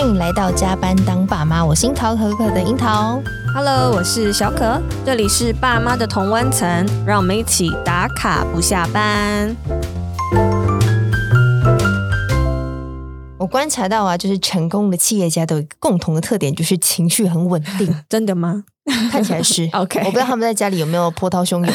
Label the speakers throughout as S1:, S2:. S1: 迎来到加班当爸妈，我樱桃可可的樱桃。
S2: Hello，我是小可，这里是爸妈的同温层，让我们一起打卡不下班。
S1: 我观察到啊，就是成功的企业家都有一个共同的特点，就是情绪很稳定。
S2: 真的吗？
S1: 看起来是
S2: OK
S1: 我不知道他们在家里有没有波涛汹涌，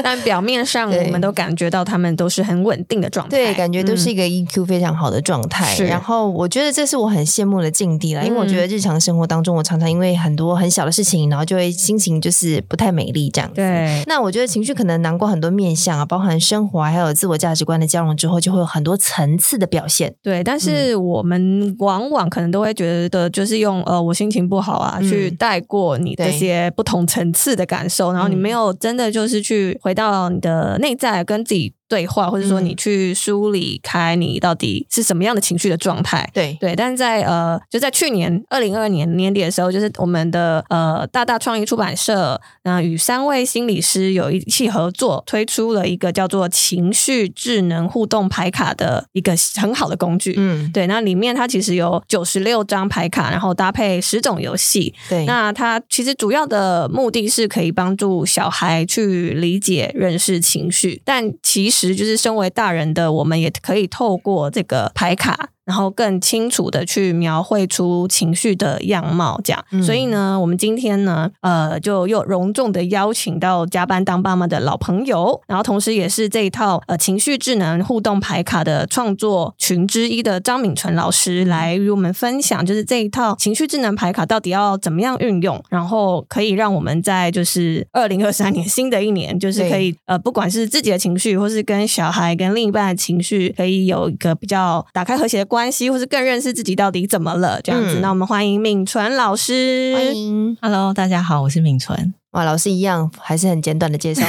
S2: 但表面上
S1: 对
S2: 我们都感觉到他们都是很稳定的状态，
S1: 对，感觉都是一
S2: 嗯
S1: 个 EQ 非常好的状态。
S2: 是嗯
S1: 然后我觉得这是我很羡慕的境地啦，因为我觉得日常生活当中，我常常因为很多很小的事情，然后就会心情就是不太美丽这样子。
S2: 对，
S1: 那我觉得情绪可能囊括很多面向啊，包含生活啊还有自我价值观的交融之后，就会有很多层次的表现。
S2: 对，但是我们往往可能都会觉得，就是用呃我心情不好啊，
S1: 嗯
S2: 去带过你这
S1: 对
S2: 些不同层次的感受，然后你
S1: 嗯
S2: 没有真的就是去回到你的内在跟自己对话，或者说
S1: 嗯
S2: 你去梳理开你到底是什么样的情绪的状态。
S1: 对，
S2: 对，但是在呃，就在去年二零二二年年底的时候，就是我们的呃大大创意出版社，那、与三位心理师有一起合作，推出了一个叫做情绪智能互动牌卡的一个很好的工具。
S1: 嗯，
S2: 对，那里面它其实有九十六张牌卡，然后搭配十种游戏。
S1: 对，
S2: 那它其实主要的目的是可以帮助小孩去理解、认识情绪，但其实就是身为大人的我们，也可以透过这个牌卡。然后更清楚的去描绘出情绪的样貌，这样。
S1: 嗯
S2: 所以呢，我们今天呢，呃，就又隆重的邀请到加班当爸妈的老朋友，然后同时也是这一套呃情绪智能互动牌卡的创作群之一的张敏纯老师来与我们分享，就是这一套情绪智能牌卡到底要怎么样运用，然后可以让我们在就是二零二三年新的一年，就是可以呃，不管是自己的情绪，或是跟小孩、跟另一半的情绪，可以有一个比较打开和谐的关系，或是更认识自己到底怎么了这样子。
S1: 嗯
S2: 那我们欢迎敏纯老师，哦
S1: 欢迎
S3: Hello，大家好，我是敏纯。
S1: 哇，老师一样还是很简短的介 绍，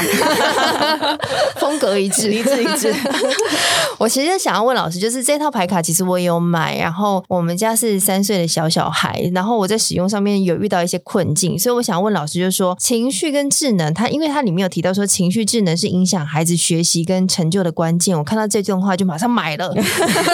S1: 风格一 致，一致一致。 我其实想要问老师，就是这套牌卡其实我也有买，然后我们家是三岁的小小孩，然后我在使用上面有遇到一些困境，所以我想问老师，就是说情绪跟智能，它因为它里面有提到说情绪智能是影响孩子学习跟成就的关键，我看到这段话就马上买了。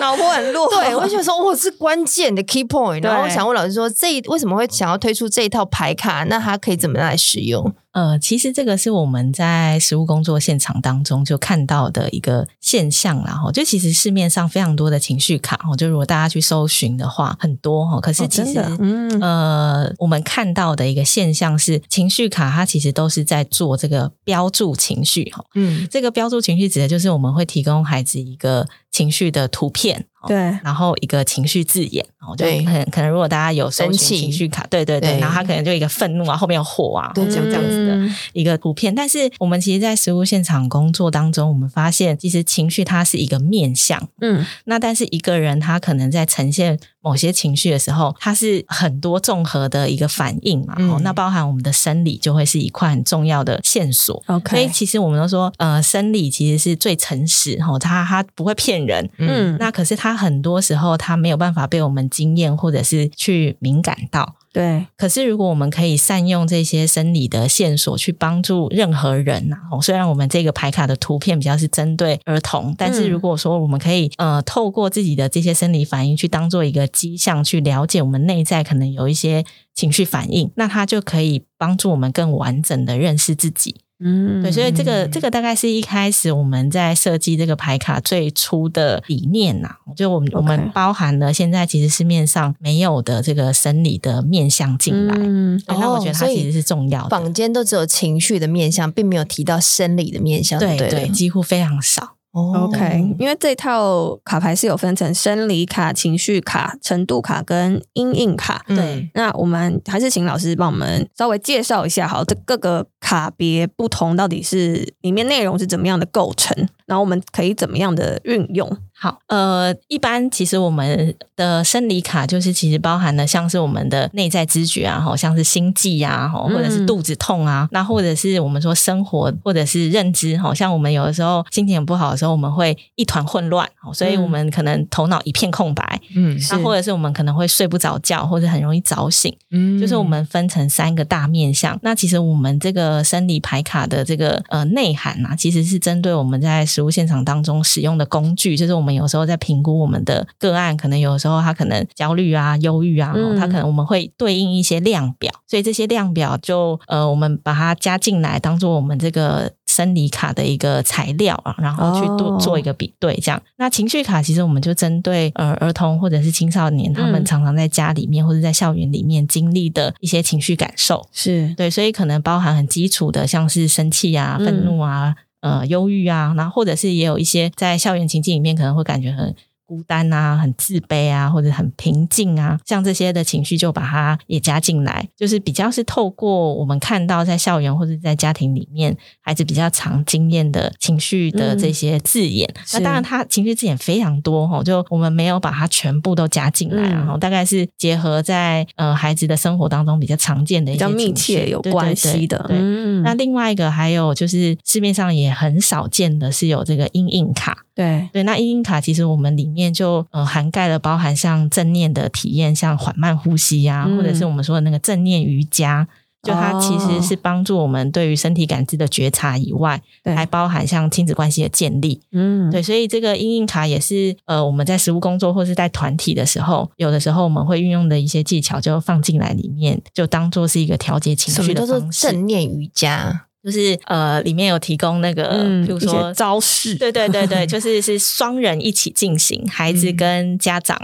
S2: 脑波很弱，
S1: 对，我就想说，哇，哦是关键的 key point。然后我
S2: 对
S1: 想问老师说，这一为什么会想要推出这一套牌卡？那它可以怎么来使用？
S3: 呃，其实这个是我们在实务工作现场当中就看到的一个现象啦。哈，就其实市面上非常多的情绪卡，哦，就如果大家去搜寻的话，很多哈。可是
S2: 哦
S3: 其
S2: 真
S3: 实、
S2: 的，嗯，
S3: 呃，我们看到的一个现象是，情绪卡它其实都是在做这个标注情绪哈。
S1: 嗯，
S3: 这个标注情绪指的就是我们会提供孩子一个情绪的图片，哦
S2: 对，
S3: 然后一个情绪字眼哦，就
S1: 对
S3: 可能可能如果大家有搜
S1: 生
S3: 寻
S1: 气
S3: 情绪卡，对对对，
S1: 对
S3: 然后它可能就一个愤怒啊，后面有火啊，
S1: 对
S3: 或者
S1: 这样
S3: 这样子的
S2: 嗯
S3: 一个图片。但是我们其实，在实务现场工作当中，我们发现其实情绪它是一个面相，
S2: 嗯，
S3: 那但是一个人他可能在呈现某些情绪的时候，它是很多综合的一个反应嘛，
S1: 嗯
S3: 哦，那包含我们的生理就会是一块很重要的线索。所以
S2: OK，
S3: 其实我们都说，呃，生理其实是最诚实，哦，它它不会骗人，
S2: 嗯，
S3: 那可是他很多时候他没有办法被我们经验或者是去敏感到。
S2: 对，
S3: 可是如果我们可以善用这些生理的线索去帮助任何人啊，哦虽然我们这个牌卡的图片比较是针对儿童，
S2: 嗯
S3: 但是如果说我们可以呃透过自己的这些生理反应去当做一个迹象，去了解我们内在可能有一些情绪反应，那它就可以帮助我们更完整的认识自己。
S2: 嗯，
S3: 对，所以这个
S1: 嗯
S3: 这个大概是一开始我们在设计这个牌卡最初的理念呐、就我们
S2: OK
S3: 我们包含了现在其实市面上没有的这个生理的面向进来，
S2: 嗯
S3: 对那我觉得它
S1: 哦所以
S3: 其实是重要的，
S1: 坊间都只有情绪的面向，并没有提到生理的面向，
S3: 对
S1: 对
S3: 对
S1: 了
S3: 几乎非常少。
S1: 哦
S2: OK，因为这套卡牌是有分成生理卡、情绪卡、程度卡跟阴影卡。
S1: 嗯
S3: 对
S2: 那我们还是请老师帮我们稍微介绍一下，好，这各个卡别不同到底是里面内容是怎么样的构成，然后我们可以怎么样的运用。
S3: 好，呃，一般其实我们的生理卡就是其实包含了像是我们的内在知觉啊，吼，像是心悸啊，吼，
S2: 嗯
S3: 或者是肚子痛啊，那或者是我们说生活或者是认知，好像我们有的时候心情很不好的时候，我们会一团混乱，吼所以
S2: 嗯
S3: 我们可能头脑一片空白，
S1: 嗯
S3: 那或者是我们可能会睡不着觉，或者很容易早醒。
S1: 嗯
S3: 就是我们分成三个大面向。那其实我们这个生理牌卡的这个呃内涵啊，其实是针对我们在实物现场当中使用的工具，就是我们们有时候在评估我们的个案，可能有时候他可能焦虑啊、忧郁啊，
S4: 嗯
S3: 他可能我们会对应一些量表，所以这些量表就呃，我们把它加进来，当做我们这个生理卡的一个材料啊，然后去做
S4: 哦
S3: 做一个比对，这样。那情绪卡其实我们就针对呃儿童或者是青少年，他们
S4: 嗯
S3: 常常在家里面或者在校园里面经历的一些情绪感受，
S4: 是
S3: 对，所以可能包含很基础的，像是生气啊、
S4: 嗯
S3: 愤怒啊、呃、忧郁啊，然后或者是也有一些在校园情境里面可能会感觉很孤单啊、很自卑啊，或者很平静啊，像这些的情绪就把它也加进来，就是比较是透过我们看到在校园或者在家庭里面孩子比较常经验的情绪的
S4: 嗯
S3: 这些字眼。那
S4: 是
S3: 当然，它情绪字眼非常多哦，就我们没有把它全部都加进来啊，
S4: 嗯
S3: 然后大概是结合在呃孩子的生活当中比较常见的一
S2: 比
S3: 些
S2: 较密
S3: 情绪
S2: 切有关系的
S3: 对对对对
S4: 嗯
S3: 那另外一个还有就是市面上也很少见的是有这个阴影卡，
S4: 对，
S3: 对，那阴影卡其实我们里面就呃涵盖了包含像正念的体验，像缓慢呼吸呀、
S4: 嗯
S3: 或者是我们说的那个正念瑜伽，就它其
S2: 哦
S3: 实是帮助我们对于身体感知的觉察以外，
S4: 对
S3: 还包含像亲子关系的建立，
S4: 嗯
S3: 对，所以这个阴影卡也是呃我们在实务工作或是在团体的时候，有的时候我们会运用的一些技巧就放进来里面，就当做是一个调节情
S1: 什
S3: 绪
S1: 么
S3: 的
S1: 叫做
S3: 方式。
S1: 正念瑜伽？
S3: 就是呃，里面有提供那个，
S4: 嗯
S3: 呃比如
S2: 一
S3: 说
S2: 些招式，
S3: 对对对对，就是是双人一起进行，孩子跟家长。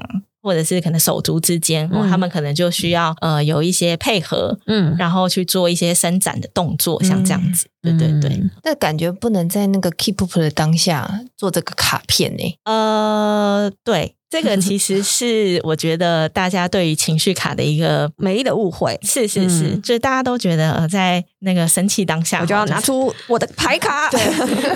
S3: 或者是可能手足之间，哦
S4: 嗯
S3: 他们可能就需要呃有一些配合，
S4: 嗯，
S3: 然后去做一些伸展的动作，像这样子。对对
S2: 嗯
S3: 对，
S1: 那感觉不能在那个 keep up 的当下做这个卡片呢、欸
S3: 呃，对，这个其实是我觉得大家对于情绪卡的一个
S2: 美丽的误会，
S3: 是是是，
S4: 嗯
S3: 就是大家都觉得呃在那个生气当下，
S2: 我就要
S3: 哦
S2: 拿出我的牌卡，
S3: 对，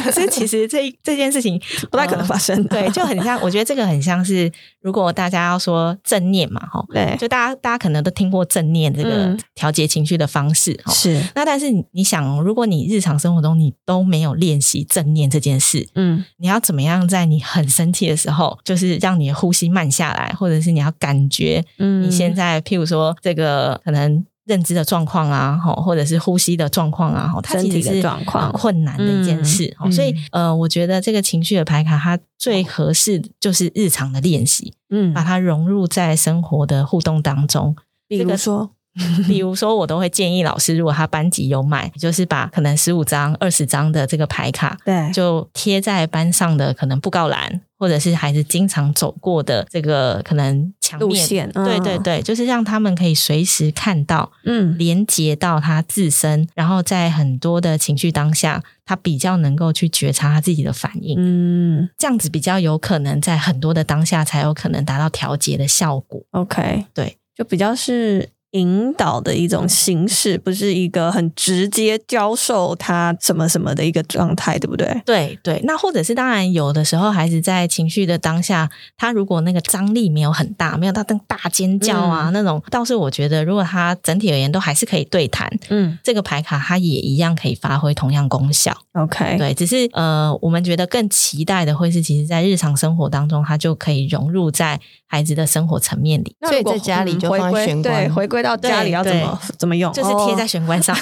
S3: 可是其实这这件事情呃
S2: 不太可能发生的，
S3: 对，就很像，我觉得这个很像是，如果大家要说正念嘛，哈，
S2: 对，
S3: 就大家大家可能都听过正念这个
S4: 嗯
S3: 调节情绪的方式，哈、
S4: 是，
S3: 那但是你你想哦，如果你日常生活中你都没有练习正念这件事，
S4: 嗯
S3: 你要怎么样在你很生气的时候，就是让你的呼吸慢下来，或者是你要感觉
S4: 嗯
S3: 你现在，譬如说这个可能认知的状况啊，吼，或者是呼吸的状况啊，吼，它
S2: 身
S3: 其
S2: 体
S3: 实
S2: 的
S3: 是
S2: 状况
S3: 很困难的一件事。吼
S1: 嗯
S3: 所以呃，我觉得这个情绪的牌卡，它最合适就是日常的练习，
S4: 嗯
S3: 把它融入在生活的互动当中。
S2: 比如说，
S3: 比如说，我都会建议老师，如果他班级有买，就是把可能十五张、二十张的这个牌卡，
S4: 对，
S3: 就贴在班上的可能布告栏，或者是孩子经常走过的这个可能墙
S2: 路
S3: 面。
S2: 线，嗯
S3: 对对对，就是让他们可以随时看到，
S4: 嗯
S3: 连接到他自身，然后在很多的情绪当下，他比较能够去觉察他自己的反应，
S4: 嗯
S3: 这样子比较有可能在很多的当下才有可能达到调节的效果。
S2: ，OK，
S3: 对，
S2: 就比较是。引导的一种形式，不是一个很直接教授他什么什么的一个状态，对不对？
S3: 对对，那或者是当然，有的时候孩子在情绪的当下，他如果那个张力没有很大，没有到那种大尖叫啊、那种，倒是我觉得，如果他整体而言都还是可以对谈，
S4: 嗯
S3: 这个牌卡它也一样可以发挥同样功效。
S2: OK，
S3: 对，只是呃，我们觉得更期待的会是，其实在日常生活当中，它就可以融入在孩子的生活层面里，
S2: 那
S1: 所以
S2: 如果
S1: 在家里
S2: 嗯
S1: 就
S2: 回
S1: 放
S2: 归
S1: 玄
S2: 对，
S1: 关
S2: 回归到家里要怎么怎么用，
S3: 就是贴在玄关上，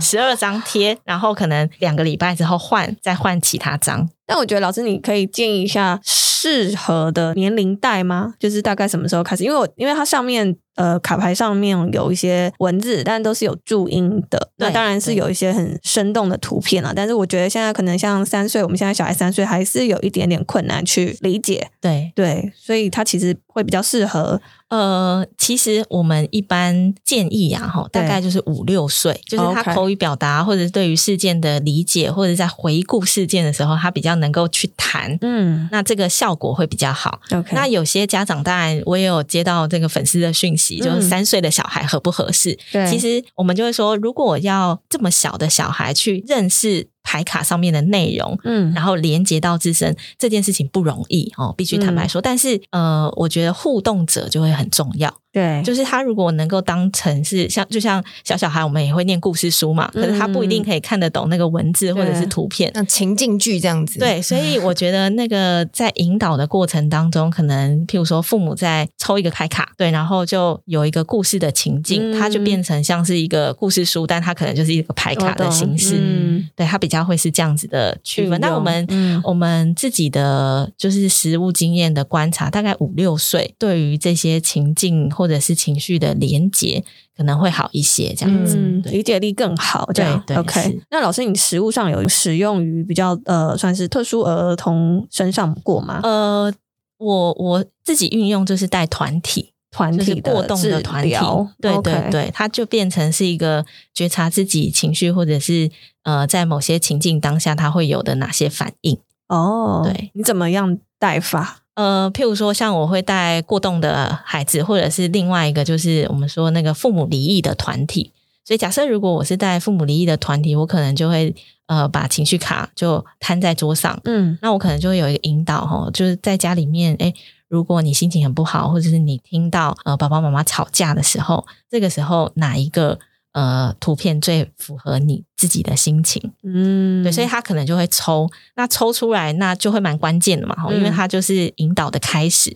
S3: 十二、张贴，然后可能两个礼拜之后换，再换其他张。
S2: 但我觉得老师，你可以建议一下适合的年龄带吗？就是大概什么时候开始？因为我因为它上面呃卡牌上面有一些文字，但都是有注音的。
S3: 对
S2: 那当然是有一些很生动的图片啊。但是我觉得现在可能像三岁，我们现在小孩三岁还是有一点点困难去理解。
S3: 对，
S2: 对，所以它其实会比较适合
S3: 呃，其实我们一般建议啊，哈，大
S4: 对哦
S3: 概就是五六岁，就是他
S4: OK
S3: 口语表达或者是对于事件的理解，或者在回顾事件的时候，他比较能够去谈，
S4: 嗯
S3: 那这个效果会比较好。
S4: ，OK，
S3: 那有些家长，当然我也有接到这个粉丝的讯息，就是
S4: 嗯
S3: 三岁的小孩合不合适？
S4: 对
S3: 其实我们就会说，如果要这么小的小孩去认识牌卡上面的内容。
S4: 嗯
S3: 然后连接到自身这件事情不容易哦，必须坦白说。但是呃，我觉得互动者就会很重要，
S4: 对，
S3: 就是他如果能够当成是像就像小小孩，我们也会念故事书嘛，可是他不一定可以看得懂那个文字或者是图片，
S1: 那情境剧这样子，，
S3: 对，所以我觉得那个在引导的过程当中，可能譬如说父母在抽一个牌卡，对，然后就有一个故事的情境，
S4: 嗯
S3: 它就变成像是一个故事书，但它可能就是一个牌卡的形式。
S4: 嗯
S3: 对它比较家会是这样子的区分。
S2: 运用
S3: 那我们、
S2: 嗯
S3: 我们自己的就是实物经验的观察，大概五六岁对于这些情境或者是情绪的连结，可能会好一些这样子。
S2: 嗯，
S3: 对
S2: 理解力更好，这样
S3: 对对
S2: OK
S3: 是。
S2: 那老师，你实物上有使用于比较呃，算是特殊儿童身上过吗？
S3: 呃，我我自己运用就是带团体，
S2: 团
S3: 就是
S2: 体的
S3: 过动
S2: 治
S3: 的团体
S2: 疗，
S3: 对
S2: OK
S3: 对对，它就变成是一个觉察自己情绪，或者是呃，在某些情境当下，它会有的哪些反应。
S2: 哦，
S3: 对，
S2: 你怎么样带法？
S3: 呃，譬如说，像我会带过动的孩子，或者是另外一个就是我们说那个父母离异的团体。所以，假设如果我是带父母离异的团体，我可能就会呃把情绪卡就摊在桌上，
S2: 嗯
S3: 那我可能就会有一个引导哈，就是在家里面，哎，如果你心情很不好，或者是你听到呃爸爸妈妈吵架的时候，这个时候哪一个呃图片最符合你自己的心情？
S2: 嗯，
S3: 对，所以他可能就会抽，那抽出来那就会蛮关键的嘛，哈，因为
S2: 嗯
S3: 它就是引导的开始。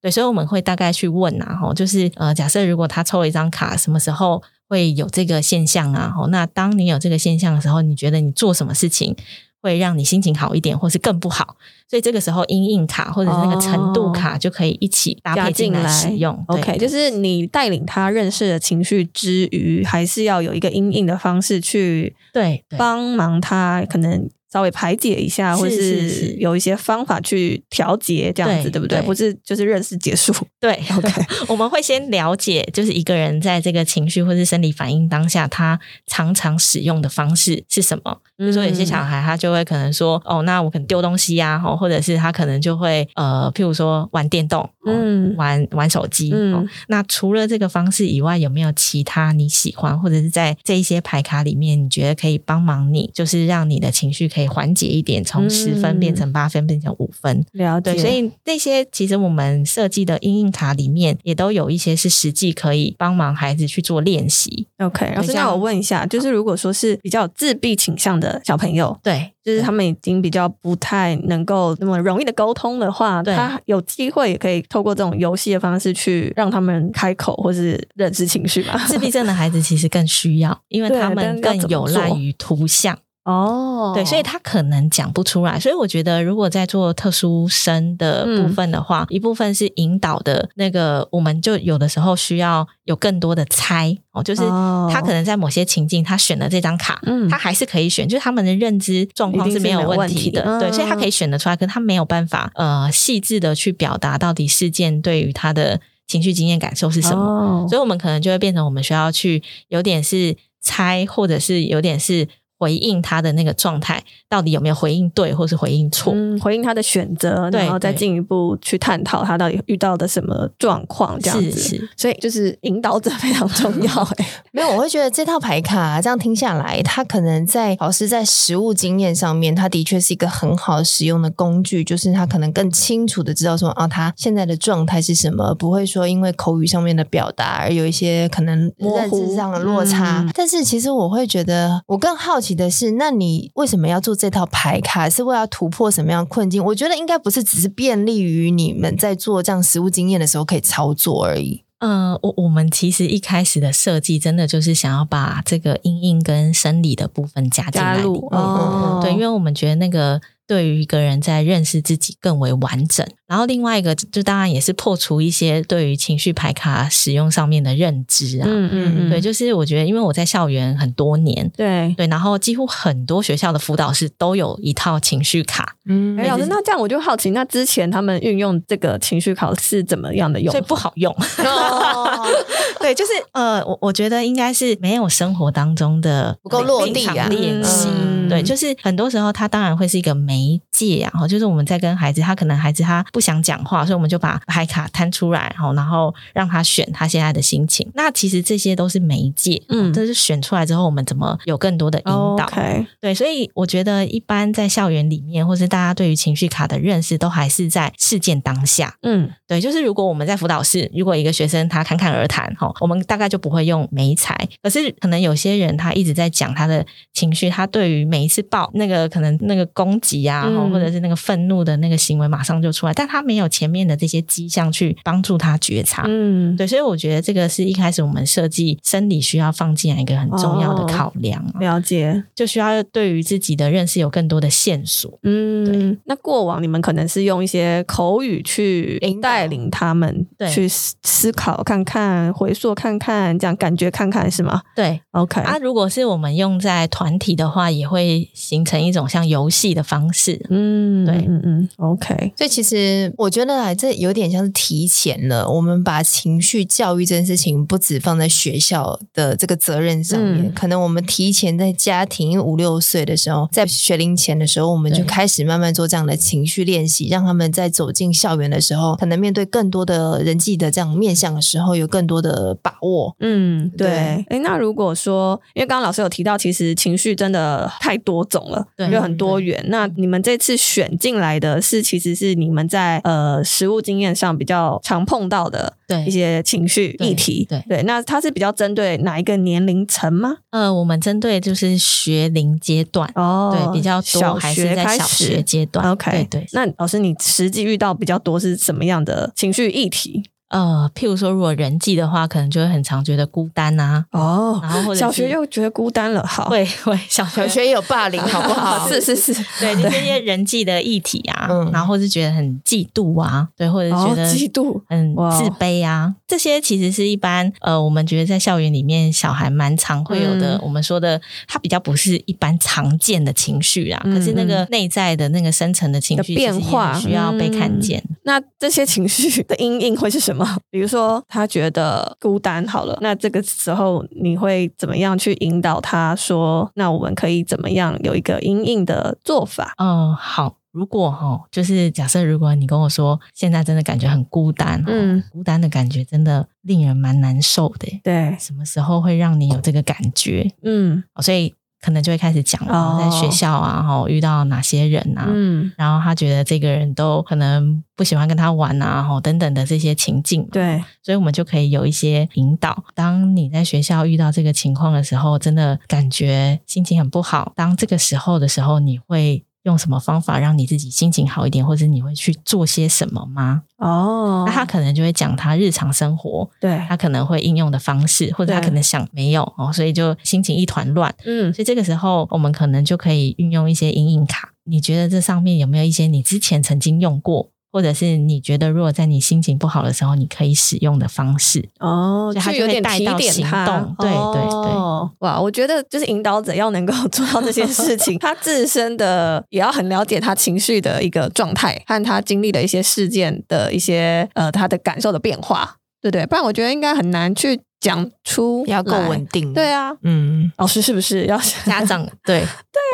S3: 对，所以我们会大概去问啊，哈，就是呃，假设如果他抽了一张卡，什么时候会有这个现象啊？哈，那当你有这个现象的时候，你觉得你做什么事情会让你心情好一点，或是更不好？所以这个时候，阴影卡或者是那个程度卡就可以一起搭
S2: 哦加
S3: 配
S2: 进
S3: 进
S2: 来
S3: 来使用。对
S2: OK，就是你带领他认识的情绪之余，还是要有一个阴影的方式去
S3: 对对
S2: 帮忙他，可能稍微排解一下，
S3: 是
S2: 或
S3: 是是
S2: 有一些方法去调节这样子，
S3: 对
S2: 对不对？
S3: 对
S2: 不是就是认识结束。
S3: 对
S2: OK，
S3: 我们会先了解，就是一个人在这个情绪或是生理反应当下，他常常使用的方式是什么。比如说，有些小孩他就会可能说：“哦，那我可能丢东西呀、哦，或者是他可能就会呃，譬如说玩电动，嗯，
S2: 嗯
S3: 玩玩手机。
S2: 嗯
S3: 哦，那除了这个方式以外，有没有其他你喜欢，或者是在这一些牌卡里面，你觉得可以帮忙你，就是让你的情绪可以缓解一点，从十
S2: 嗯
S3: 分变成八分，变成五分。
S2: 了解，
S3: 对，所以那些其实我们设计的阴影卡里面，也都有一些是实际可以帮忙孩子去做练习。
S2: OK，老师，那
S3: 像
S2: 我问一下，就是如果说是比较有自闭倾向的小朋友，
S3: 对，
S2: 就是他们已经比较不太能够那么容易的沟通的话，
S3: 对
S2: 他有机会也可以透过这种游戏的方式去让他们开口或是认知情绪吧。
S3: 自闭症的孩子其实更需要，因为
S2: 对
S3: 他
S2: 但
S3: 们
S2: 是要
S3: 更
S2: 怎么
S3: 有赖
S2: 做
S3: 于图像。
S2: 哦
S3: 对，所以他可能讲不出来。所以我觉得，如果在做特殊生的
S2: 嗯
S3: 部分的话，一部分是引导的那个，我们就有的时候需要有更多的猜哦，就是
S2: 哦
S3: 他可能在某些情境，他选了这张卡，
S2: 嗯
S3: 他还是可以选，就是他们的认知状况
S2: 一定是
S3: 是没有
S2: 没有
S3: 问
S2: 问
S3: 题
S2: 题
S3: 的，
S2: 嗯
S3: 对，所以他可以选得出来，可是他没有办法呃细致的去表达到底事件对于他的情绪经验感受是什么。
S2: 么
S3: 所以我们可能就会变成我们需要去有点是猜，或者是有点是回应他的那个状态，到底有没有回应对，或是回应错。
S2: 嗯，回应他的选择，
S3: 对
S2: 然后再
S3: 对
S2: 进一步去探讨他到底遇到的什么状况，这样
S3: 是
S2: 子。
S3: 是，
S2: 所以就是引导者非常 重要、欸，
S1: 没有，我会觉得这套牌卡、啊这样听下来，它可能在老师在实物经验上面，它的确是一个很好使用的工具，就是他可能更清楚的知道说啊，他现在的状态是什么，不会说因为口语上面的表达而有一些可能
S2: 模
S1: 认
S2: 糊
S1: 知上的落差。
S2: 嗯
S1: 但是其实我会觉得，我更好奇的是，那你为什么要做这套牌卡？是为了要突破什么样的困境？我觉得应该不是只是便利于你们在做这样实物经验的时候可以操作而已。
S3: 呃，我我们其实一开始的设计真的就是想要把这个音音跟生理的部分加进
S2: 加
S3: 来里
S2: 入
S3: 面
S2: 哦，
S3: 对，因为我们觉得那个对于一个人在认识自己更为完整。然后另外一个就当然也是破除一些对于情绪牌卡使用上面的认知啊。
S2: 嗯嗯嗯，
S3: 对，就是我觉得，因为我在校园很多年，
S2: 对。
S3: 对，然后几乎很多学校的辅导室都有一套情绪卡，
S1: 嗯
S2: 哎，老 师，那这样我就好奇，那之前他们运用这个情绪考是怎么样的用
S3: 所以？不好用。
S2: 哦
S3: 对，就是呃，我我觉得应该是没有生活当中的
S1: 不够落
S3: 临
S1: 地
S3: 场
S1: 啊
S3: 练习。
S2: 嗯
S3: 对，就是很多时候它当然会是一个媒介啊，然后就是我们在跟孩子，他可能孩子他不想讲话，所以我们就把牌卡摊出来，然后然后让他选他现在的心情。那其实这些都是媒介，
S2: 嗯哦
S3: 嗯，这是选出来之后，我们怎么有更多的引导。
S2: OK，
S3: 对，所以我觉得一般在校园里面，或是大家对于情绪卡的认识，都还是在事件当下。
S2: 嗯，
S3: 对，就是如果我们在辅导室，如果一个学生他侃侃而谈，哈，我们大概就不会用美材。可是可能有些人他一直在讲他的情绪，他对于每一次爆那个可能那个攻击啊，吼
S2: 嗯
S3: 或者是那个愤怒的那个行为，马上就出来，但他没有前面的这些迹象去帮助他觉察。
S2: 嗯，
S3: 对，所以我觉得这个是一开始我们设计生理需要放进来一个很重要
S2: 哦
S3: 的考量啊，
S2: 了解。
S3: 就需要对于自己的认识有更多的线索。
S2: 嗯，那过往你们可能是用一些口语去
S1: 引导
S2: 带领他们
S3: 对
S2: 去思思考看看、回溯看看，这样感觉看看是吗
S3: 对
S2: ？OK，、
S3: 啊，如果是我们用在团体的话，也会形成一种像游戏的方式。
S2: 嗯，
S3: 对
S2: 嗯嗯，OK，
S1: 所以其实我觉得啊，这有点像是提前了。我们把情绪教育这件事情，不只放在学校的这个责任上面，
S2: 嗯
S1: 可能我们提前在家庭，因为五六岁的时候，在学龄前的时候，我们就
S3: 对
S1: 开始慢慢做这样的情绪练习，让他们在走进校园的时候，可能面对更多的人际的这样面向的时候，有更多的把握。
S2: 嗯，对。
S1: 对
S2: 诶，那如果说，因为刚刚老师有提到，其实情绪真的太多种了，
S3: 对
S2: 有很多元。那你们这次选进来的是，其实是你们在呃实物经验上比较常碰到的
S3: 对
S2: 一些情绪
S3: 对
S2: 议题。
S3: 对
S2: 对，那它是比较针对哪一个年龄层吗？
S3: 呃，我们针对就是学龄阶段，
S2: 哦，
S3: 对，比较
S2: 小
S3: 多还是
S2: 学
S3: 在
S2: 开
S3: 小
S2: 始
S3: 学阶段。
S2: OK，
S3: 对对。
S2: 那老师，你实际遇到比较多是什么样的情绪议题？
S3: 呃，譬如说，如果人际的话，可能就会很常觉得孤单啊，
S2: 哦
S3: 然后或者
S2: 小学
S3: 是
S2: 又觉得孤单了，好，
S3: 会会小学
S1: 小学也有霸凌，好不 好？
S2: 是是是，
S3: 对，就是一些人际的议题啊，
S1: 嗯
S3: 然后或是觉得很嫉妒啊，对，或者是
S2: 哦
S3: 觉，得
S2: 嫉妒，
S3: 很
S2: 哇哦
S3: 自卑啊，这些其实是一般呃，我们觉得在校园里面小孩蛮常会有的，
S2: 嗯
S3: 我们说的它比较不是一般常见的情绪啊，
S2: 嗯
S3: 可是那个内在的那个深层的情绪
S2: 的变化
S3: 其实也很需要被看见。
S2: 那这些情 绪的阴影会是什么？比如说，他觉得孤单，好了，那这个时候你会怎么样去引导他说？那我们可以怎么样有一个阴影的做法？
S3: 嗯、好。如果哈、哦，就是假设，如果你跟我说现在真的感觉很孤单、哦，
S2: 嗯，
S3: 孤单的感觉真的令人蛮难受的耶。
S2: 对，
S3: 什么时候会让你有这个感觉？
S2: 嗯
S3: 哦所以可能就会开始讲了，
S2: 哦
S3: 在学校啊，哦，遇到哪些人啊，
S2: 嗯，
S3: 然后他觉得这个人都可能不喜欢跟他玩啊，吼等等的这些情境，，
S2: 对，
S3: 所以我们就可以有一些引导。当你在学校遇到这个情况的时候，真的感觉心情很不好。当这个时候的时候，你会用什么方法让你自己心情好一点，或者你会去做些什么吗？
S2: 哦，
S3: 那他可能就会讲他日常生活，
S2: 对，
S3: 他可能会应用的方式，或者他
S2: 对
S3: 可能想没有哦，所以就心情一团乱。
S2: 嗯
S3: 所以这个时候，我们可能就可以运用一些影印卡。你觉得这上面有没有一些你之前曾经用过，或者是你觉得如果在你心情不好的时候，你可以使用的方式？
S2: 哦，
S3: 所以他
S2: 去
S3: 就
S2: 有
S3: 会
S2: 点
S3: 带
S2: 提
S3: 到
S2: 点
S3: 行
S2: 他，
S3: 动对对
S2: 哦哇，我觉得就是引导者要能够 做到这些事情，他自身的也要很了解他情绪的一个状态和他经历的一些事件的一些呃他的感受的变化，对不对？不然我觉得应该很难去讲出
S1: 要够
S2: 来
S1: 稳，定。
S2: 对，啊。
S1: 嗯，
S2: 老师是不是 要
S3: 家长对，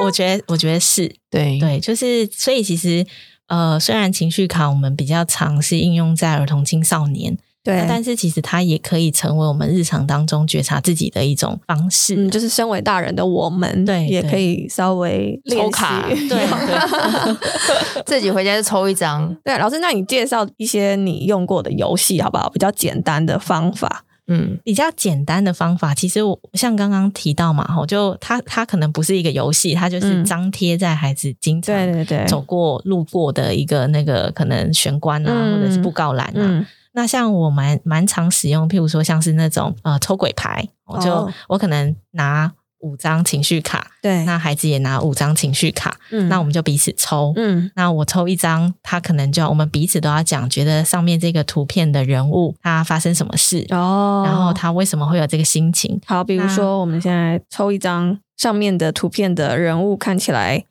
S3: 我觉得我觉得是
S1: 对，
S3: 对，就是所以其实呃，虽然情绪卡我们比较常是应用在儿童青少年，
S2: 对？
S3: 但是其实它也可以成为我们日常当中觉察自己的一种方式。
S2: 嗯，就是身为大人的我们，
S3: 对
S2: 也
S3: 对
S2: 可以稍微
S1: 抽
S2: 练习
S1: 卡
S3: 对对，
S1: 自己回家就抽一张，
S2: 对，老师，那你介绍一些你用过的游戏好不好？比较简单的方法。
S1: 嗯，
S3: 比较简单的方法，其实我像刚刚提到嘛，吼，就它它可能不是一个游戏，它就是
S2: 嗯
S3: 张贴在孩子经常
S2: 对对对，
S3: 走过、路过的一个那个可能玄关啊，
S2: 嗯
S3: 或者是布告栏啊。
S2: 嗯，
S3: 那像我蛮蛮常使用，譬如说像是那种呃抽鬼牌，我就、
S2: 哦
S3: 我可能拿五张情绪卡，
S2: 对，
S3: 那孩子也拿五张情绪卡，
S2: 嗯
S3: 那我们就彼此抽。
S2: 嗯
S3: 那我抽一张，他可能就要我们彼此都要讲，觉得上面这个图片的人物他发生什么事，
S2: 哦，
S3: 然后他为什么会有这个心情？
S2: 好，比如
S3: 那
S2: 说我们现在抽一张上面的图片的人物，看起来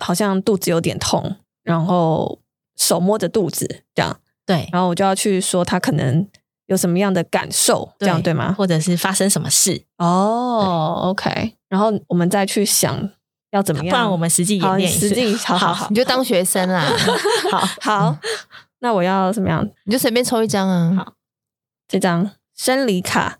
S2: 好像肚子有点痛，然后手摸着肚子这样，
S3: 对，
S2: 然后我就要去说他可能有什么样的感受，这样对吗？
S3: 或者是发生什么事？
S2: 哦，OK，然后我们再去想要怎么
S3: 不
S2: 样，
S3: 然我们实际演
S2: 好
S3: 练一嗯
S2: 实
S3: 次。
S2: 际好好 好
S1: 你就当学生 啦，
S2: 好好，那我要怎么样？
S1: 你就随便抽一张啊。
S2: 这张生理卡，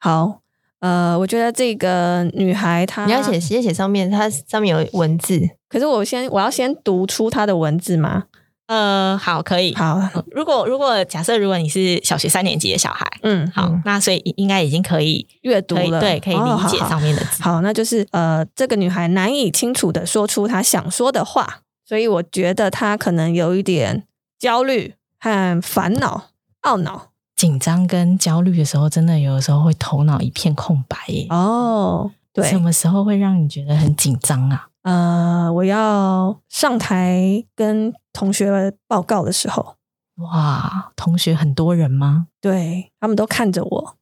S2: 好。呃，我觉得这个女孩她
S1: 你要写先写上面，它上面有文字，
S2: 可是我先我要先读出他的文字吗？
S3: 呃，好，可以。
S2: 好，
S3: 如果如果假设如果你是小学三年级的小孩，
S2: 嗯，
S3: 好，
S1: 嗯
S3: 那所以应该已经可以
S2: 阅读
S3: 可以
S2: 了，
S3: 对，可以
S2: 哦
S3: 理解
S2: 好好
S3: 上面的字。
S2: 好，那就是呃，这个女孩难以清楚的说出她想说的话，所以我觉得她可能有一点焦虑和烦恼、懊恼。
S3: 紧张跟焦虑的时候，真的有的时候会头脑一片空白耶。
S2: 哦，对
S3: 什，么时候会让你觉得很紧张啊？
S2: 呃，我要上台跟同学报告的时候，
S3: 哇，同学很多人吗？
S2: 对他们都看着我，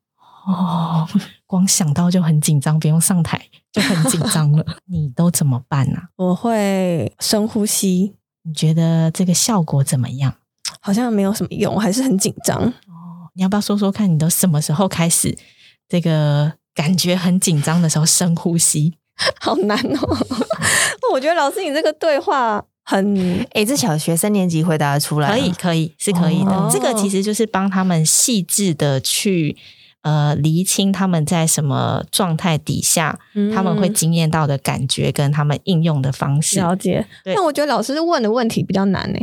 S3: 哦，光想到就很紧张，不用上台就很紧张了。 你都怎么办啊？
S2: 我会深呼吸，
S3: 你觉得这个效果怎么样？
S2: 好像没有什么用，我还是很紧张。
S3: 哦，你要不要说说看，你都什么时候开始这个感觉很紧张的时候深呼吸？
S2: 好难哦！ 我觉得老师你这个对话很
S1: 哎、这小学三年级回答得出来啊，
S3: 可以，可以，是可以的。
S2: 哦
S3: 这个其实就是帮他们细致的去呃厘清他们在什么状态底下， 他们会
S2: 嗯
S3: 经验到的感觉跟他们应用的方式。
S2: 了解。
S3: 对
S2: 但我觉得老师问的问题比较难呢，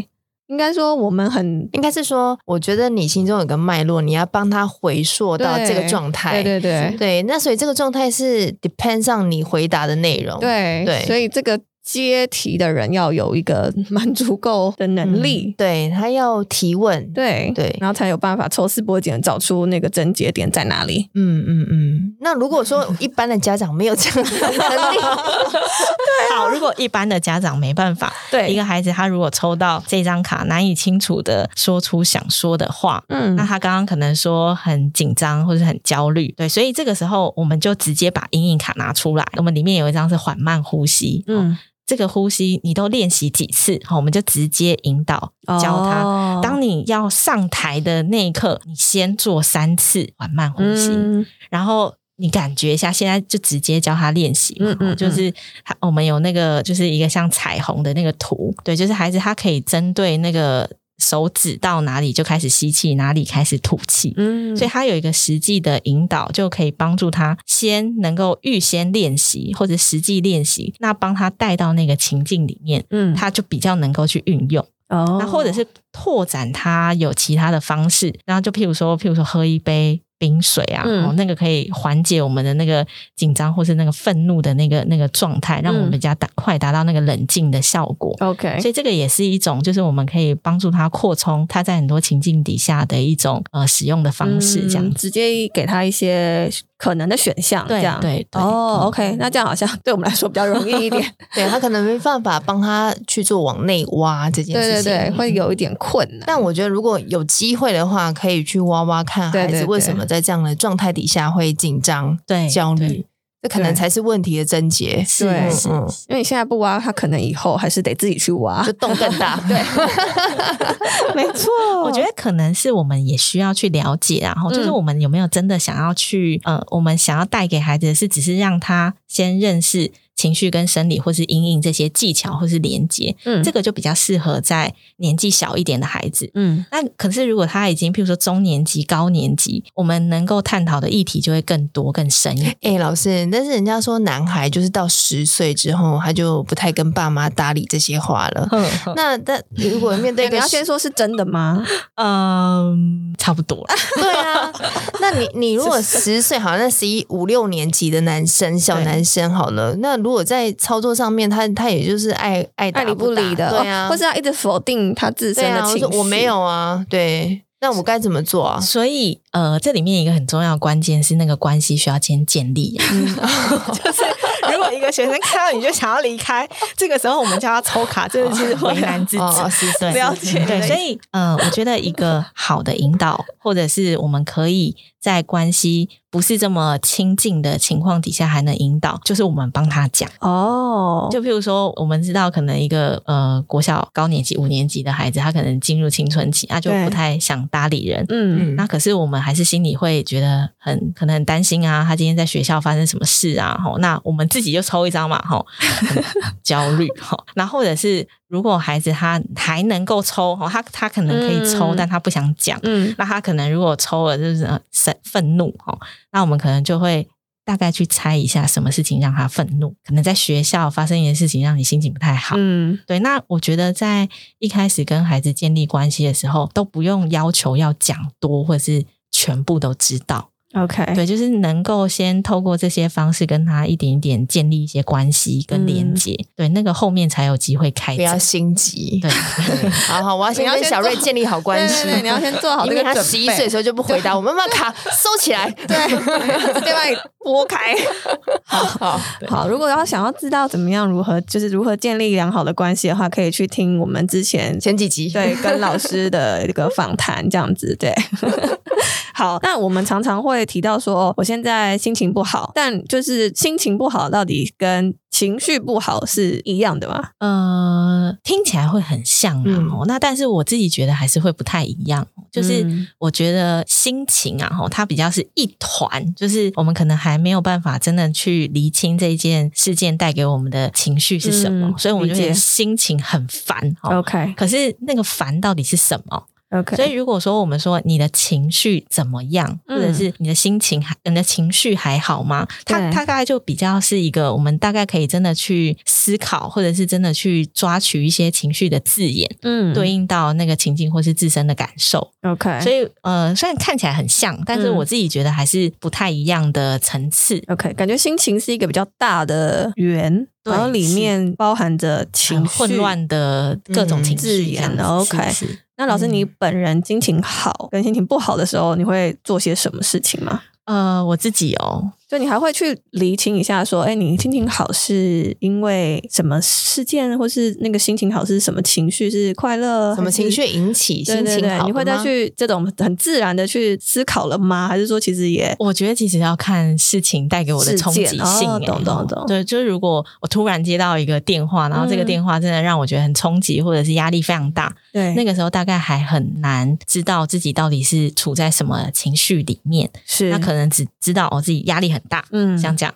S2: 应该说我们很
S1: 应该是说，我觉得你心中有个脉络，你要帮他回溯到这个状态。
S2: 对对对
S1: 对那所以这个状态是 depends on 你回答的内容。，嗯
S2: 对
S1: 对
S2: 所以这个接题的人要有一个 蛮足够的
S3: 嗯
S2: 能力，
S1: 对他要提问。
S2: 对
S1: 对
S2: 然后才有办法抽丝剥茧地找出那个症结点在哪里。
S1: 嗯嗯嗯。那如果说一般的家长没有这样的能力，
S3: 好，如果一般的家长没办法，
S2: 对
S3: 一个孩子他如果抽到这张卡，难以清楚的说出想说的话。
S2: 嗯
S3: 那他刚刚可能说很紧张或者很焦虑，对，所以这个时候我们就直接把阴影卡拿出来，我们里面有一张是缓慢呼吸，嗯，
S2: 嗯，
S3: 这个呼吸你都练习几次，好，我们就直接引导教他。
S2: 哦
S3: 当你要上台的那一刻，你先做三次缓慢呼吸，
S2: 嗯
S3: 然后你感觉一下，现在就直接教他练习嘛，哦
S2: 嗯嗯嗯
S3: 就是他我们有那个就是一个像彩虹的那个图，对，就是孩子他可以针对那个手指到哪里就开始吸气，哪里开始吐气。
S2: 嗯
S3: 所以他有一个实际的引导，就可以帮助他先能够预先练习或者实际练习，那帮他带到那个情境里面，
S2: 嗯
S3: 他就比较能够去运用。
S2: 哦
S3: 那或者是拓展它有其他的方式，然后就譬如说，譬如说喝一杯冰水啊，
S2: 嗯
S3: 哦，那个可以缓解我们的那个紧张或是那个愤怒的那个那个状态，
S2: 嗯
S3: 让我们比较达快达到那个冷静的效果。
S2: OK，
S3: 所以这个也是一种，就是我们可以帮助他扩充他在很多情境底下的一种呃使用的方式，这样
S2: 嗯
S3: 子。
S2: 直接给他一些可能的选项，
S3: 对
S2: 这样
S3: 对对
S2: 哦
S3: 嗯
S2: ，OK，那这样好像对我们来说比较容易一点，
S1: 对他可能没办法帮他去做往内挖这件事
S2: 对对
S1: 情。
S2: 对，会有一点困难。
S1: 但我觉得，如果有机会的话，可以去挖挖看
S2: 对
S1: 孩
S2: 对
S1: 子为什么在这样的状态底下会紧张、
S3: 对
S1: 焦虑
S3: 对，
S1: 这可能才是问题的症结。
S3: 是
S2: 对
S3: 是
S1: 嗯
S3: 是
S2: 因为你现在不挖，他可能以后还是得自己去挖
S1: 就。洞更大。
S2: 啊 对，没错，
S3: 我觉得可能是我们也需要去了解，然后就是我们有没有真的想要去，呃，我们想要带给孩子的是，只是让他先认识情绪跟生理或是阴影这些技巧或是连接，
S2: 嗯
S3: 这个就比较适合在年纪小一点的孩子。
S2: 嗯
S3: 那可是如果他已经譬如说中年级、高年级，我们能够探讨的议题就会更多、更深一点。
S1: 哎、老师，但是人家说男孩就是到十岁之后，他就不太跟爸妈搭理这些话了。那但如果面对一
S2: 你
S1: 个
S2: 要先说是真的吗？
S3: 嗯，差不多了。
S1: 对啊，那你你如果十岁，好像十一五六年级的男生，小
S3: 对
S1: 男生好了，那如果在操作上面，他他也就是爱爱打
S2: 爱理
S1: 不打
S2: 理的，
S1: 对啊，
S2: 哦或是要一直否定他自身
S1: 对
S2: 的
S1: 啊，我
S2: 情绪
S1: 说。我没有啊，对，那我该怎么做啊？
S3: 所以，呃，这里面一个很重要的关键是那个关系需要先建立、 就是如果一个学生看到你就想要离开，这个时候我们就要抽卡，这就是为难自己。
S1: 哦，十岁，
S2: 了解
S1: 嗯
S3: 对，所以呃，我觉得一个好的引导，或者是我们可以在关系不是这么亲近的情况底下，还能引导，就是我们帮他讲。
S2: 哦，
S3: 就譬如说，我们知道可能一个呃国小高年级、五年级的孩子，他可能进入青春期，他就
S2: 对
S3: 不太想搭理人。
S2: 嗯
S1: 嗯
S3: 那可是我们还是心里会觉得很可能很担心啊，他今天在学校发生什么事啊？吼，那我们自己就抽一张嘛，吼， 很焦虑吼。那或者是如果孩子他还能够抽，吼，他他可能可以抽，
S2: 嗯
S3: 但他不想讲。
S2: 嗯
S3: 那他可能如果抽了就是呃生愤怒吼，那我们可能就会大概去猜一下什么事情让他愤怒，可能在学校发生一件事情让你心情不太好。
S2: 嗯
S3: 对，那我觉得在一开始跟孩子建立关系的时候，都不用要求要讲多或是全部都知道，
S2: OK，
S1: 哎
S3: 对，就是能够先透过这些方式跟他一点一点建立一些关系跟连接，对，那个后面才有机会开
S1: 嗯不要
S3: 展。
S1: 心急。
S3: 对，
S1: 好好，我要先
S4: 你要
S1: 跟
S4: 先
S1: 小瑞
S4: 做
S1: 建立好关
S4: 对
S1: 系。
S4: 对对，你要先做好这
S1: 因
S4: 个
S1: 为
S4: 准
S1: 他
S4: 备。
S1: 十一岁的时候就不回答我们，把卡收起来。
S4: 对，直接把你拨开。
S1: 好，
S2: 好，如果要想要知道怎么样如何就是如何建立良好的关系的话，可以去听我们之前
S1: 前几集
S2: 对，跟老师的一个访谈这样子，对。 好，那我们常常会提到说，哦我现在心情不好，但就是心情不好到底跟情绪不好是一样的吗？
S3: 呃，听起来会很像啊、
S1: 嗯
S3: 哦那但是我自己觉得还是会不太一样，哦就是
S2: 嗯
S3: 我觉得心情啊，吼，它比较是一团，就是我们可能还没有办法真的去厘清这件事件带给我们的情绪是什么，
S2: 嗯
S3: 所以我们就觉
S2: 理
S3: 得
S2: 解
S3: 心情很烦。哦
S2: OK
S3: 可是那个烦到底是什么？
S2: OK，
S3: 所以如果说我们说你的情绪怎么样，或
S2: 嗯
S3: 者是你的心情还你的情绪还好吗？它
S2: 对
S3: 它大概就比较是一个我们大概可以真的去思考，或者是真的去抓取一些情绪的字眼，
S2: 嗯
S3: 对应到那个情境或是自身的感受。
S2: OK，
S3: 所
S2: 以
S3: 以呃，虽然看起来很像，但是
S2: 嗯
S3: 我自己觉得还是不太一样的层次。
S2: OK，感觉心情是一个比较大的圆，
S3: 对
S2: 然后里面包含着情
S3: 很
S2: 绪
S3: 混。乱的各种情绪
S2: 字眼
S3: 这样子
S2: OK
S3: 是是
S2: 那老师，
S1: 嗯
S2: 你本人心情好跟心情不好的时候，你会做些什么事情吗？
S3: 呃，我自己哦，
S2: 就你还会去厘清一下，说，哎，你心情好是因为什么事件，或是那个心情好是什么情绪？是快乐？
S1: 什么
S2: 还是
S1: 情绪？引起
S2: 对
S1: 心
S2: 对
S1: 情
S2: 对
S1: 好，
S2: 你会
S1: 的
S2: 再
S1: 吗
S2: 去这种很自然的去思考了吗？还是说其实也
S3: 我觉得其实要看事情带给我的冲击
S2: 事
S3: 性、
S2: 件哦
S3: 欸
S2: 懂懂懂
S3: 对，就是如果我突然接到一个电话，然后这个
S2: 嗯
S3: 电话真的让我觉得很冲击，或者是压力非常大，
S2: 对
S3: 那个时候大概还很难知道自己到底是处在什么情绪里面。
S2: 是
S3: 那可能只知道我、哦、自己压力很大，
S2: 嗯
S3: 像这样。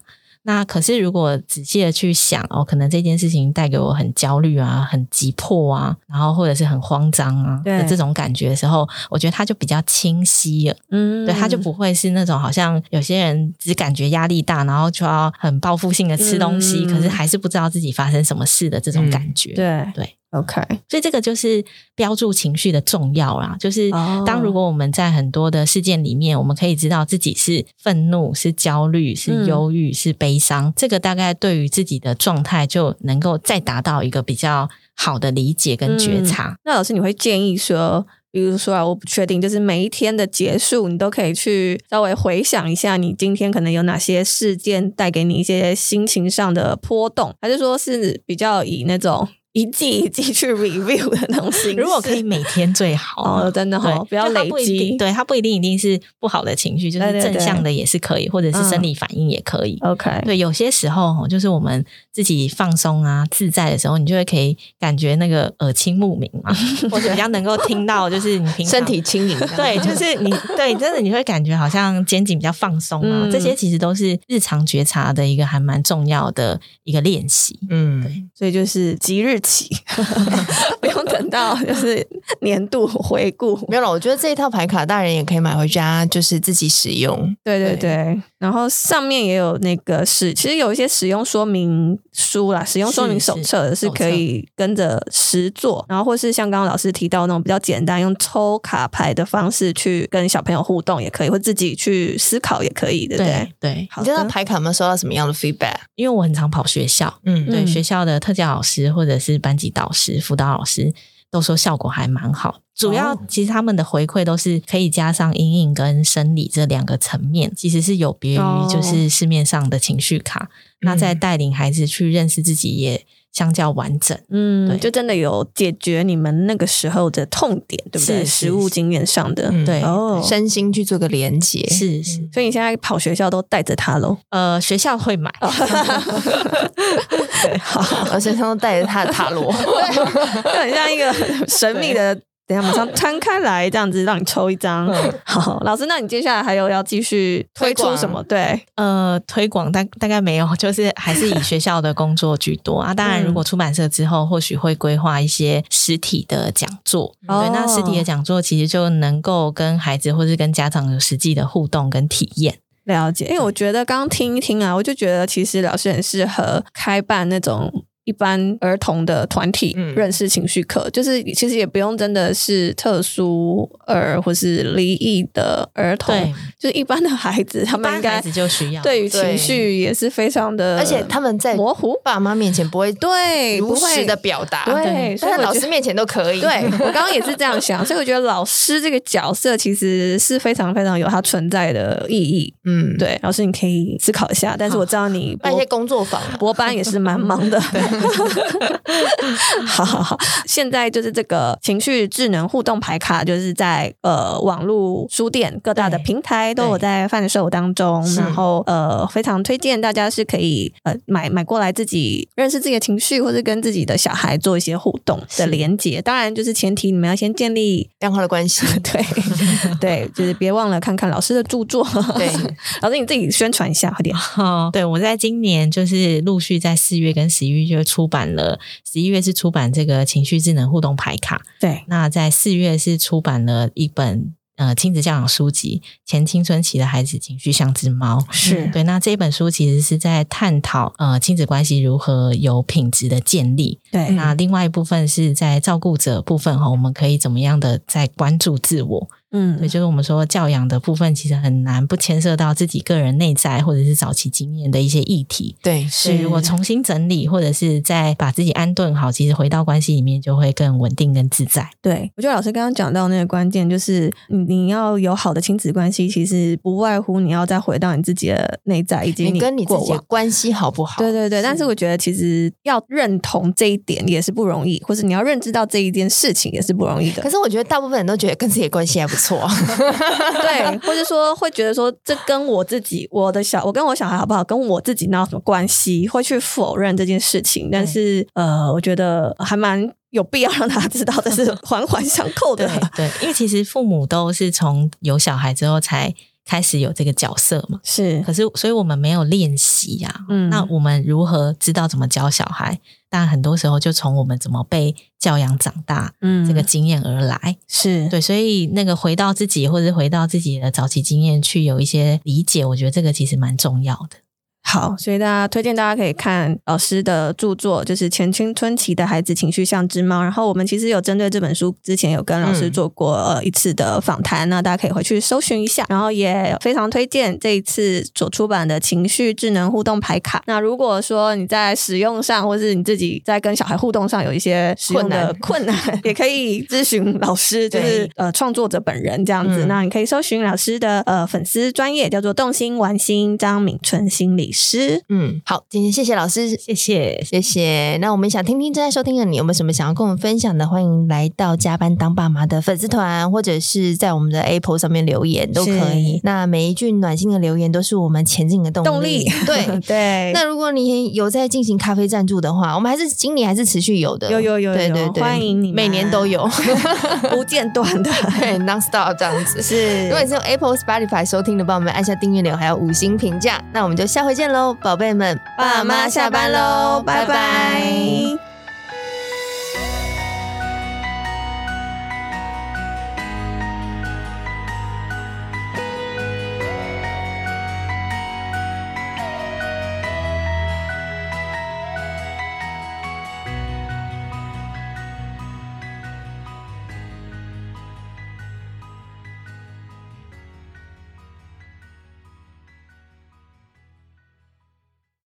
S3: 那可是如果仔细的去想哦，可能这件事情带给我很焦虑啊、很急迫啊，然后或者是很慌张啊
S2: 对
S3: 的这种感觉的时候，我觉得它就比较清晰了。
S2: 嗯
S3: 对，他就不会是那种好像有些人只感觉压力大，然后就要很报复性的吃东西，
S2: 嗯
S3: 可是还是不知道自己发生什么事的这种感觉。
S2: 对
S3: 对
S2: OK
S3: 所以这个就是标注情绪的重要啦，就是
S2: 哦
S3: 当如果我们在很多的事件里面，我们可以知道自己是愤怒、是焦虑、是
S2: 嗯
S3: 忧郁、是悲伤，这个大概对于自己的状态就能够再达到一个比较好的理解跟觉察。
S2: 那老师，你会建议说，比如说啊，我不确定，就是每一天的结束，你都可以去稍微回想一下，你今天可能有哪些事件带给你一些心情上的波动，还是说是比较以那种 一季一季去 review 的那种形式？
S3: 如果可以每天最好啊
S2: 哦，真的哈、
S3: 对，
S2: 不要
S3: 就它
S2: 累
S3: 不一定
S2: 积。
S3: 对它不一定一定是不好的情绪，就
S2: 对
S3: 是
S2: 对
S3: 正
S2: 对
S3: 向的也是可以，或者是生
S2: 嗯
S3: 理反应也可以。
S2: ，OK，
S3: 对，有些时候哦就是我们自己放松啊、自在的时候，你就会可以感觉那个耳清目明嘛， 或者比较能够听到，就是你平 常
S1: 身体轻盈，
S3: 对，就是你对，真的你会感觉好像肩颈比较放松啊，
S2: 嗯
S3: 这些其实都是日常觉察的一个还蛮重要的一个练习。
S1: 嗯，
S2: 所以就是即日起， 不用等到就是年度回顾，
S1: 没有了。我觉得这一套牌卡，大人也可以买回家，就是自己使用。
S2: 对对
S1: 对
S2: 对，然后上面也有那个使，其实有一些使用说明书啦，使用说明手册
S3: 是
S2: 是可以跟着实做，然后或是像刚刚老师提到那种比较简单，用抽卡牌的方式去跟小朋友互动也可以，或自己去思考也可以，对不对？
S3: 对对，
S2: 好
S1: 你知道
S2: 的，
S1: 牌卡有没有收到什么样的 feedback？
S3: 因为我很常跑学校，
S1: 嗯
S3: 对
S2: 嗯
S3: 学校的特教老师或者是班级导师、辅导老师都说效果还蛮好。主要
S2: 哦
S3: 其实他们的回馈都是可以加上阴影跟生理这两个层面，其实是有别于
S2: 哦嗯
S3: 就是市面上的情绪卡。那在带领孩子去认识自己也相较完整。对
S2: 嗯，就真的有解决你们那个时候的痛点，对不对？
S3: 是是
S2: 实物经验上的，
S1: 嗯
S3: 对，
S2: 哦，嗯
S1: 身心去做个连接，
S3: 是是，
S2: 所以你现在跑学校都带着它 喽。
S3: 呃，学校会买，
S2: 哦
S1: 而且他都带着他的塔罗，
S2: 就很像一个神秘的，等一下马上摊开来，这样子让你抽一张。好，老师，那你接下来还有要继续推
S1: 推
S2: 出
S1: 广
S2: 什么？对，
S3: 呃，推广大大概没有， 就是还是以学校的工作居多啊。当然，
S2: 嗯
S3: 如果出版社之后，或许会规划一些实体的讲座。对，那实体的
S2: 哦
S3: 讲座其实就能够跟孩子或是跟家长有实际的互动跟体验。
S2: 了解。因为我觉得刚刚听一听啊，我就觉得其实老师很适合开办那种。一般儿童的团体
S1: 嗯
S2: 认识情绪课，就是其实也不用真的是特殊儿或是离异的儿童
S3: 对，，
S2: 就是一般的孩子，他们应
S3: 班孩
S2: 该
S3: 子就需要
S2: 对于
S1: 对
S2: 情绪也是非常的，
S1: 而且他们在
S2: 呃模糊，
S1: 爸妈面前不会
S2: 对，不
S1: 如实
S2: 会
S1: 的表达，
S2: 对，所
S1: 但
S2: 以我
S1: 在老
S2: 觉
S1: 师面前都可以。
S2: 对哎我刚刚也是这样想，所以我觉得老师这个角色其实是非常非常有它存在的意义。
S1: 嗯，
S2: 对，老师你可以思考一下，但是我知道你
S1: 办一
S2: 博
S1: 些工作坊，
S2: 博班也是蛮忙的。好好好，现在就是这个情绪智能互动牌卡，就是在呃网络书店各大的
S3: 对
S2: 平台都有
S3: 对
S2: 在贩售当中，
S1: 是
S2: 然后呃非常推荐大家是可以呃买买过来自己认识自己的情绪，或是跟自己的小孩做一些互动的
S3: 是
S2: 连接。当然，就是前提你们要先建立
S1: 良好的关系。
S2: 对对，就是别忘了看看老师的著作。
S1: 对，
S2: 老师你自己宣传一下，快点。
S3: 哦， 对，我在今年就是陆续在四月跟十一月就出版了，十一月是出版这个情绪智能互动牌卡，
S2: 对，
S3: 那在四月是出版了一本呃亲子教养书籍《前青春期的孩子情绪像只猫》。嗯
S2: 是
S3: 对，那这本书其实是在探讨呃亲子关系如何有品质的建立。
S2: 对，
S3: 那另外一部分是在照顾者部分哈，我们可以怎么样的在关注自我？
S2: 嗯
S3: 对，就是我们说教养的部分，其实很难不牵涉到自己个人内在或者是早期经验的一些议题。
S1: 对，
S3: 是，如果重新整理，或者是再把自己安顿好，其实回到关系里面就会更稳定跟自在。
S2: 对，我觉得老师刚刚讲到那个关键，就是你你要有好的亲子关系，其实不外乎你要再回到你自己的内在，以及
S1: 你跟你自
S2: 过
S1: 己的
S2: 往。
S1: 关系好不好？
S2: 对对对，但是我觉得其实要认同这一点也是不容易，或是你要认知到这一件事情也是不容易的
S1: 可。是我觉得大部分人都觉得跟自己的关系还不 错。嗯
S2: 对，或者说会觉得说这跟我自己、我的小、我跟我小孩好不好，跟我自己哪有什么关系？会去否认这件事情，但是呃，我觉得还蛮有必要让他知道这是环环相扣的。
S3: 对，因为其实父母都是从有小孩之后才开始有这个角色嘛，
S2: 是
S3: 可是所以我们没有练习呀、
S2: 嗯
S3: 那我们如何知道怎么教小孩？但很多时候就从我们怎么被教养长大。
S2: 嗯
S3: 这个经验而来，
S2: 是
S3: 对，所以那个回到自己，或者是回到自己的早期经验去有一些理解，我觉得这个其实蛮重要的。
S2: 好，所以大家推荐大家可以看老师的著作，就是《前青春期的孩子情绪像只猫》。然后我们其实有针对这本书，之前有跟老师做过、呃一次的访谈，那大家可以回去搜寻一下。然后也非常推荐这一次所出版的情绪智能互动牌卡。那如果说你在使用上，或是你自己在跟小孩互动上有一些使用的困难， 也可以咨询老师，就是
S1: 对
S2: 呃创作者本人这样子。
S1: 嗯
S2: 那你可以搜寻老师的呃粉丝专业，叫做“动心玩心”张敏春心理师。
S1: 嗯，好，今天谢谢老师，
S3: 谢谢，
S1: 谢谢。那我们想听听正在收听的你有没有什么想要跟我们分享的？欢迎来到加班当爸妈的粉丝团，或者是在我们的 Apple 上面留言都可以
S2: 是。
S1: 那每一句暖心的留言都是我们前进的动力。
S2: 动力
S1: 对。
S2: 对
S1: 那如果你有在进行咖啡赞助的话，我们还是今年还是持续有的，
S2: 有有有有
S1: 呃对对对，
S2: 欢迎你们
S1: 每年都 有，
S2: 不间断的
S1: 对，non stop 这样子。
S2: 是
S1: 如果你是用 Apple、Spotify 收听的，帮我们按下订阅钮，还有五星评价。那我们就下回见喽，宝贝们，
S2: 爸妈下班喽，拜拜